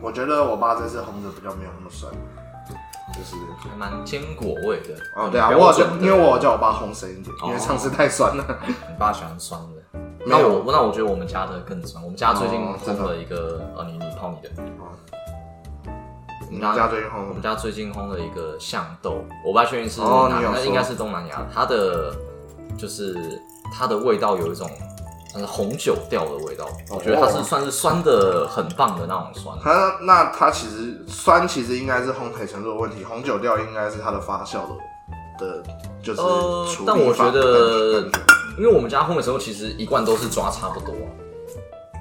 我觉得我爸这次红的比较没有那么酸，就是还蛮坚果味的。哦，对啊，标我有叫准的因为我有叫我爸烘深一点，因为哦上次太酸了。你爸喜欢酸的。没那有我那我觉得我们家的更酸，我们家最近哦真的烘了一个，呃，你你泡你的，哦你们家最近我烘们家最近烘了一个象豆，我不太确定是哦哪，你有那说应该是东南亚，它的就是它的味道有一种呃红酒调的味道，我觉得它是算是酸的很棒的那种酸，哦它那它其实酸，其实应该是烘焙程度的问题，红酒调应该是它的发酵的的，就是呃处理但我法觉得感觉因为我们家烘的时候其实一贯都是抓差不多、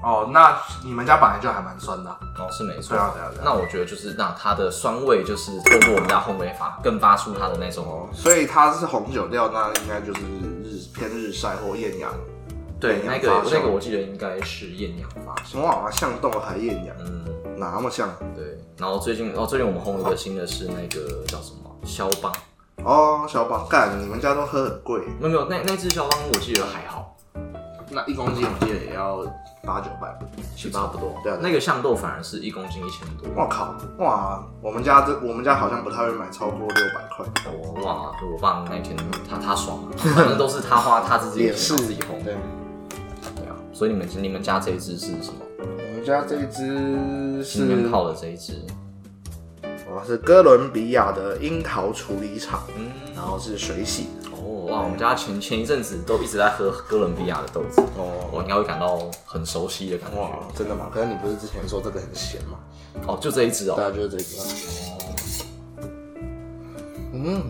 哦，那你们家本来就还蛮酸的啊，哦，是没错对。啊对啊对啊。那我觉得就是那它的酸味就是透过我们家烘焙法更发出它的那种哦，所以它是红酒调，那应该就是日偏日晒或艳阳。对艳阳那个发酵那个我记得应该是艳阳发酵，什么啊？像冻还艳阳，嗯。哪那么像？对，然后最近哦，最近我们烘了一个新的是那个叫什么肖邦，哦，小宝干，你们家都喝很贵，没有没有，那那只肖邦我记得还好，那一公斤我记得也要八九百。七八不多。对啊对啊那个象豆反而是一公斤一千多。我靠，哇，我们家这我们家好像不太会买超过六百块。我忘了，我爸那天他他爽了，反正都是他花他自己也的钱是自己烘。对，对啊，所以你们你们家这一只是什么？我们家这一只新面泡的这一只，啊是哥伦比亚的樱桃处理厂，嗯，然后是水洗的。哦哇，我们家前前一阵子都一直在喝哥伦比亚的豆子，我哦，应该会感到很熟悉的感哇觉。，真的吗？可是你不是之前说这个很咸吗？哦，就这一只哦对。啊，就是这个。哦嗯，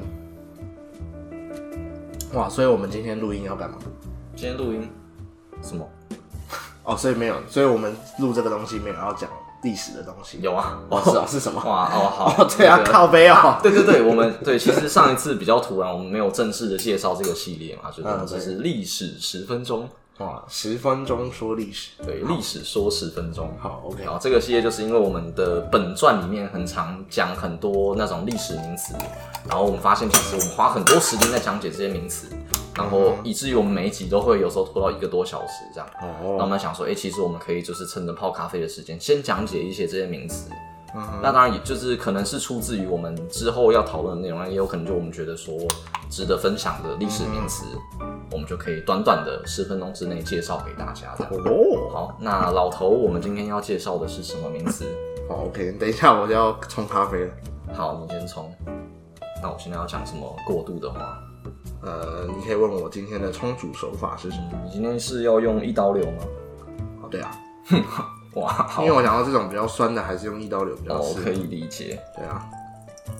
哇，所以我们今天录音要干嘛？今天录音什么？哦，所以没有，所以我们录这个东西没有要讲历史的东西。有啊，哦，是啊，是什么？ 哇哦好，哦，对啊那，个靠背哦。对对对，我们对，其实上一次比较突然，我们没有正式的介绍这个系列嘛，就是我们嗯只是历史十分钟，哇，十分钟说历史。对，历史说十分钟。好，OK 然。后这个系列就是因为我们的本传里面很常讲很多那种历史名词，然后我们发现其实我们花很多时间在讲解这些名词，然后以至于我们每一集都会有时候拖到一个多小时这样。那我嗯哦，们想说，哎、其实我们可以就是趁着泡咖啡的时间，先讲解一些这些名词。嗯那当然，也就是可能是出自于我们之后要讨论的内容，也有可能就我们觉得说值得分享的历史名词，嗯我们就可以短短的十分钟之内介绍给大家这样。哦，好，那老头，我们今天要介绍的是什么名词？好，OK。等一哦下，我就要冲咖啡了。好，你先冲。那我现在要讲什么过渡的话？呃，你可以问我今天的冲煮手法是什么？嗯，你今天是要用一刀流吗？哦对啊，哇，好因为，我想到这种比较酸的，还是用一刀流比较哦，适合可。以理解。对啊，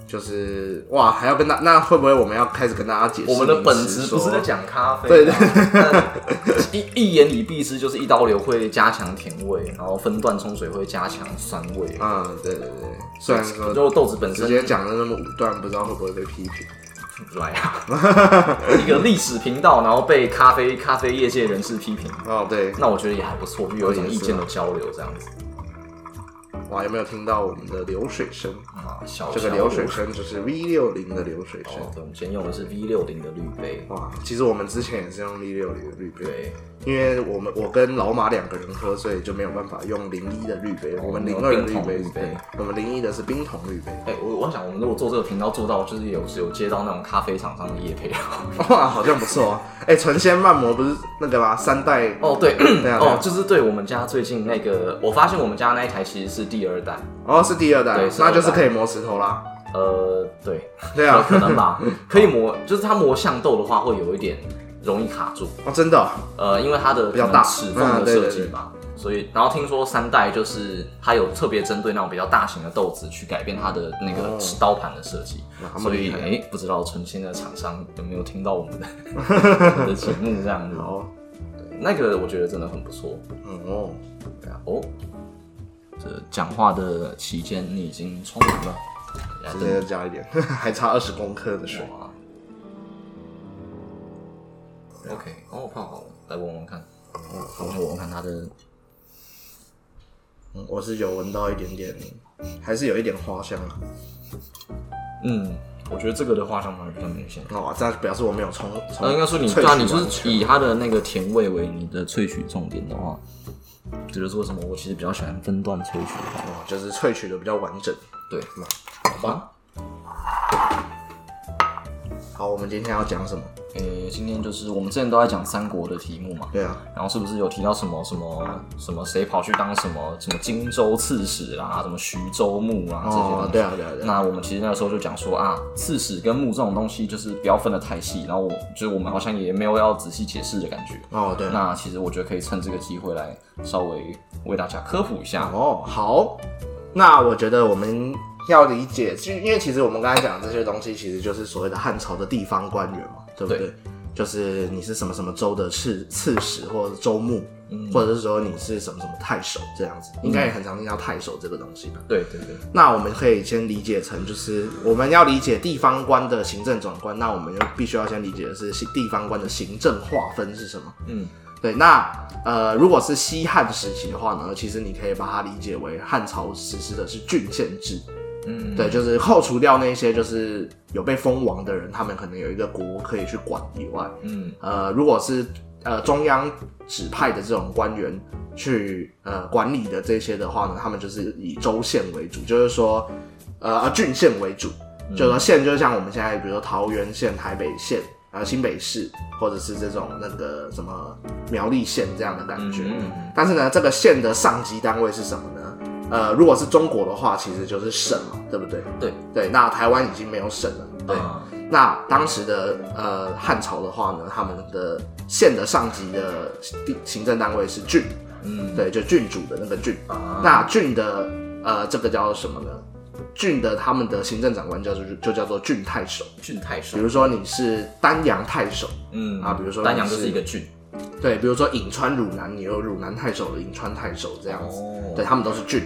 就是哇，还要跟大那会不会我们要开始跟大家解释我们的本名词质说不是在讲咖啡，对对，一一言以蔽之，就是一刀流会加强甜味，然后分段冲水会加强酸味。嗯，对对对，虽然说就豆子本直身接讲的那么武断，不知道会不会被批评。来啊， 一个历史频道，然后被咖啡咖啡业界人士批评，哦，对，那我觉得也还不错，就有一种意见的交流这样子哇，有没有听到我们的流水声？啊，小这个小流水声就是 V 六零的流水声哦。对，我们今天用的是 V 六零的滤杯，哇，其实我们之前也是用 V 六零的滤杯，对，因为我们我跟老马两个人喝，所以就没有办法用零一的滤杯，哦我们零二的滤冰桶杯滤杯，对我们零一的是冰桶滤杯。哎、我我想我们如果做这个频道做到，就是有有接到那种咖啡厂商的业配，然后哇，好像不错哦。哎、纯鲜慢磨不是那个吗？三代哦，对，对啊对啊，哦就是对我们家最近那个，我发现我们家那一台其实是第二代，哦，是第二代对，是那就是二代可以磨石头啦。呃，对，对啊 可能 吧，可以磨，就是它磨象豆的话会有一点容易卡住，哦，真的哦、呃，因为它的比较可能大齿缝嗯的对设对计嘛，所以然后听说三代就是它有特别针对那种比较大型的豆子去改变它的那个刀盘的设计，哇哦那么所以厉害哎、不知道纯鲜的厂商有没有听到我们的我 们的节目这样子，好，那个我觉得真的很不错，嗯哦，对啊，哦，这讲话的期间你已经冲完了，来直等接加一点， 还差二十公克的水。我啊。OK，哦，泡好了，来闻闻看，我闻闻看它的，嗯我是有闻到一点点，还是有一点花香啊。嗯，我觉得这个的花香味比较明显。哦，这样表示我没有冲冲。呃，应该说你，萃取对啊，你就完是以它的那个甜味为你的萃取重点的话，这就是为什么我其实比较喜欢分段萃取的方法。哦，就是萃取的比较完整。对，嗯好吧。好，我们今天要讲什么？诶、今天就是我们之前都在讲三国的题目嘛，对啊，然后是不是有提到什么什么什么谁跑去当什么什么荆州刺史啦，什么徐州牧啊这些东哦西？，对啊，对啊，对啊。那我们其实那个时候就讲说啊，刺史跟牧这种东西就是不要分得太细，然后我就是我们好像也没有要仔细解释的感觉。哦，对啊。那其实我觉得可以趁这个机会来稍微为大家科普一下。哦，好，那我觉得我们要理解，就因为其实我们刚才讲的这些东西，其实就是所谓的汉朝的地方官员嘛，对不对？对就是你是什么什么州的刺刺史或者州牧，或者是说你是什么什么太守这样子，应该也很常听到太守这个东西吧？对对对，那我们可以先理解成，就是我们要理解地方官的行政长官，那我们就必须要先理解的是地方官的行政划分是什么。嗯，对，那呃，如果是西汉时期的话呢，其实你可以把它理解为汉朝实施的是郡县制。嗯，对，就是扣除掉那些就是有被封王的人，他们可能有一个国可以去管以外，嗯，呃，如果是呃中央指派的这种官员去呃管理的这些的话呢，他们就是以州县为主，就是说呃呃郡县为主，嗯就是说县就像我们现在比如说桃园县、台北县。呃，新北市或者是这种那个什么苗栗县这样的感觉，嗯嗯嗯但是呢，这个县的上级单位是什么呢？呃，如果是中国的话，其实就是省嘛，对不对？对对，那台湾已经没有省了，对，啊那当时的呃汉朝的话呢，他们的县的上级的地行政单位是郡，嗯，对，就郡主的那个郡。啊那郡的呃这个叫做什么呢？郡的他们的行政长官叫做就叫做郡太守。郡太守比，如说你是丹阳太守，嗯啊比如说丹阳就是是一个郡，对，比如说颍川汝南，你有汝南太守、颍川太守这样子，哦对他们都是郡。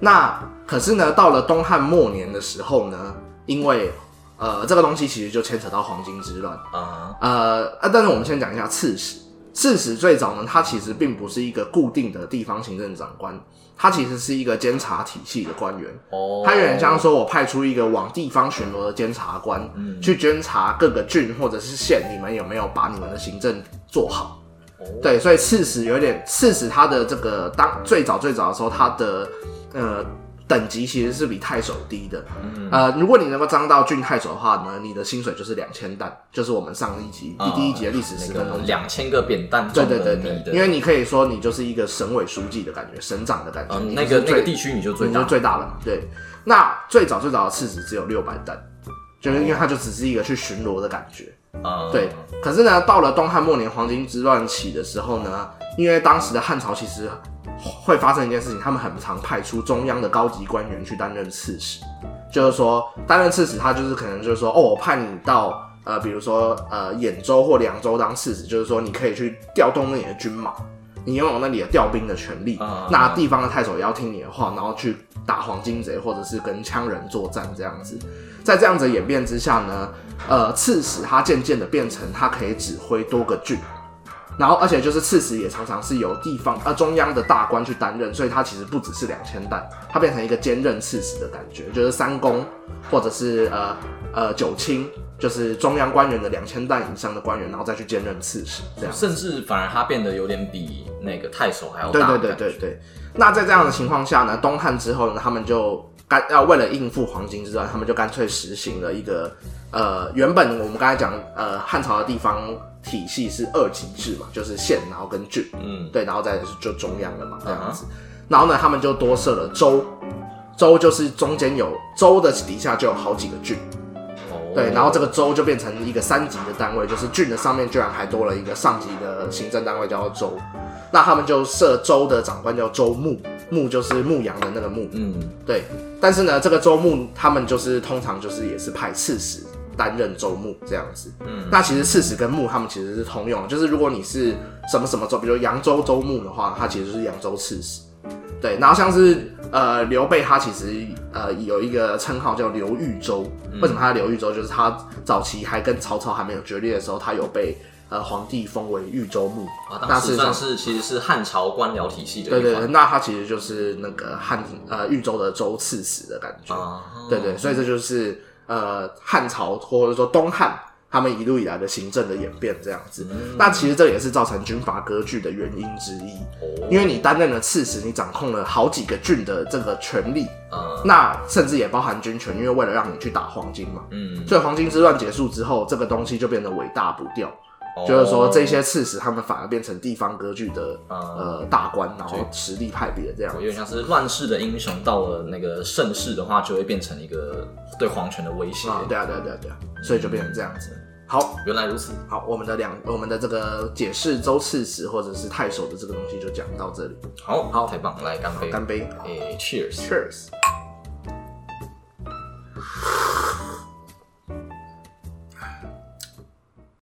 那可是呢，到了东汉末年的时候呢，因为呃这个东西其实就牵扯到黄巾之乱，啊，呃啊，但是我们先讲一下刺史。刺史最早呢，它其实并不是一个固定的地方行政长官，它其实是一个监察体系的官员。哦，它有点像说，我派出一个往地方巡逻的监察官，嗯去监察各个郡或者是县，你们有没有把你们的行政做好？哦对，所以刺史有点刺史，他的这个当最早最早的时候，他的呃等级其实是比太守低的。嗯呃，如果你能够当到郡太守的话呢，你的薪水就是两千担，就是我们上一集第啊第一集的历史十分那个钟。两千个扁担对重对的对米对，的，因为你可以说你就是一个省委书记的感觉，省长的感觉，嗯你那就个是那个最地区你就最你就大，最大了。对，那最早最早的刺史只有六百担，就是因为它就只是一个去巡逻的感觉。啊对，可是呢，到了东汉末年黄巾之乱起的时候呢，因为当时的汉朝其实会发生一件事情，他们很常派出中央的高级官员去担任刺史，就是说担任刺史，他就是可能就是说，哦，我派你到呃，比如说呃兖州或凉州当刺史，就是说你可以去调动那里的军马。你拥有那里的调兵的权利，啊那地方的太守也要听你的话，然后去打黄金贼或者是跟羌人作战这样子。在这样子的演变之下呢，呃，刺史他渐渐的变成他可以指挥多个郡，然后而且就是刺史也常常是由地方呃中央的大官去担任，所以他其实不只是两千担，他变成一个兼任刺史的感觉，就是三公或者是呃呃九卿，就是中央官员的两千担以上的官员，然后再去兼任刺史这样。甚至反而他变得有点比那个太守还要对大，对对对，对。那在这样的情况下呢，东汉之后呢，他们就干要为了应付黄巾之乱，他们就干脆实行了一个呃，原本我们刚才讲呃汉朝的地方体系是二级制嘛，就是县然后跟郡，嗯，对，然后再来是就中央了嘛这样子。然后呢，他们就多设了州，州就是中间有州的底下就有好几个郡，哦对，然后这个州就变成一个三级的单位，就是郡的上面居然还多了一个上级的行政单位叫做州，那他们就设州的长官叫州牧，牧就是牧羊的那个牧，嗯对。但是呢，这个州牧他们就是通常就是也是派刺史担任州牧这样子。嗯，那其实刺史跟牧他们其实是通用的，就是如果你是什么什么州，比如扬州州牧的话，他其实就是扬州刺史。对，然后像是呃刘备，他其实呃有一个称号叫刘豫州。嗯为什么他叫刘豫州？就是他早期还跟曹操还没有决裂的时候，他有被呃皇帝封为豫州牧。啊，那当事时实上算是其实是汉朝官僚体系的对一对环对，那他其实就是那个汉呃豫州的州刺史的感觉。啊，对对，所以这就是呃汉朝或者说东汉他们一路以来的行政的演变这样子。嗯那其实这也是造成军阀割据的原因之一，哦因为你担任了刺史，你掌控了好几个郡的这个权力，嗯那甚至也包含军权，因为为了让你去打黄金嘛。嗯，所以黄金之乱结束之后，这个东西就变得伟大不掉，哦就是说这些刺史他们反而变成地方割据的呃，呃大官，然后对实力派别这样有。点像是乱世的英雄到了那个盛世的话，就会变成一个对皇权的威胁。啊，对啊，对啊，对啊，对啊，所以就变成这样子。好，原来如此，好，我们的两我们的这个解释周刺史或者是太守的这个东西就讲到这里，好好，太棒，来干杯，哎干杯诶，cheers。 ，Cheers。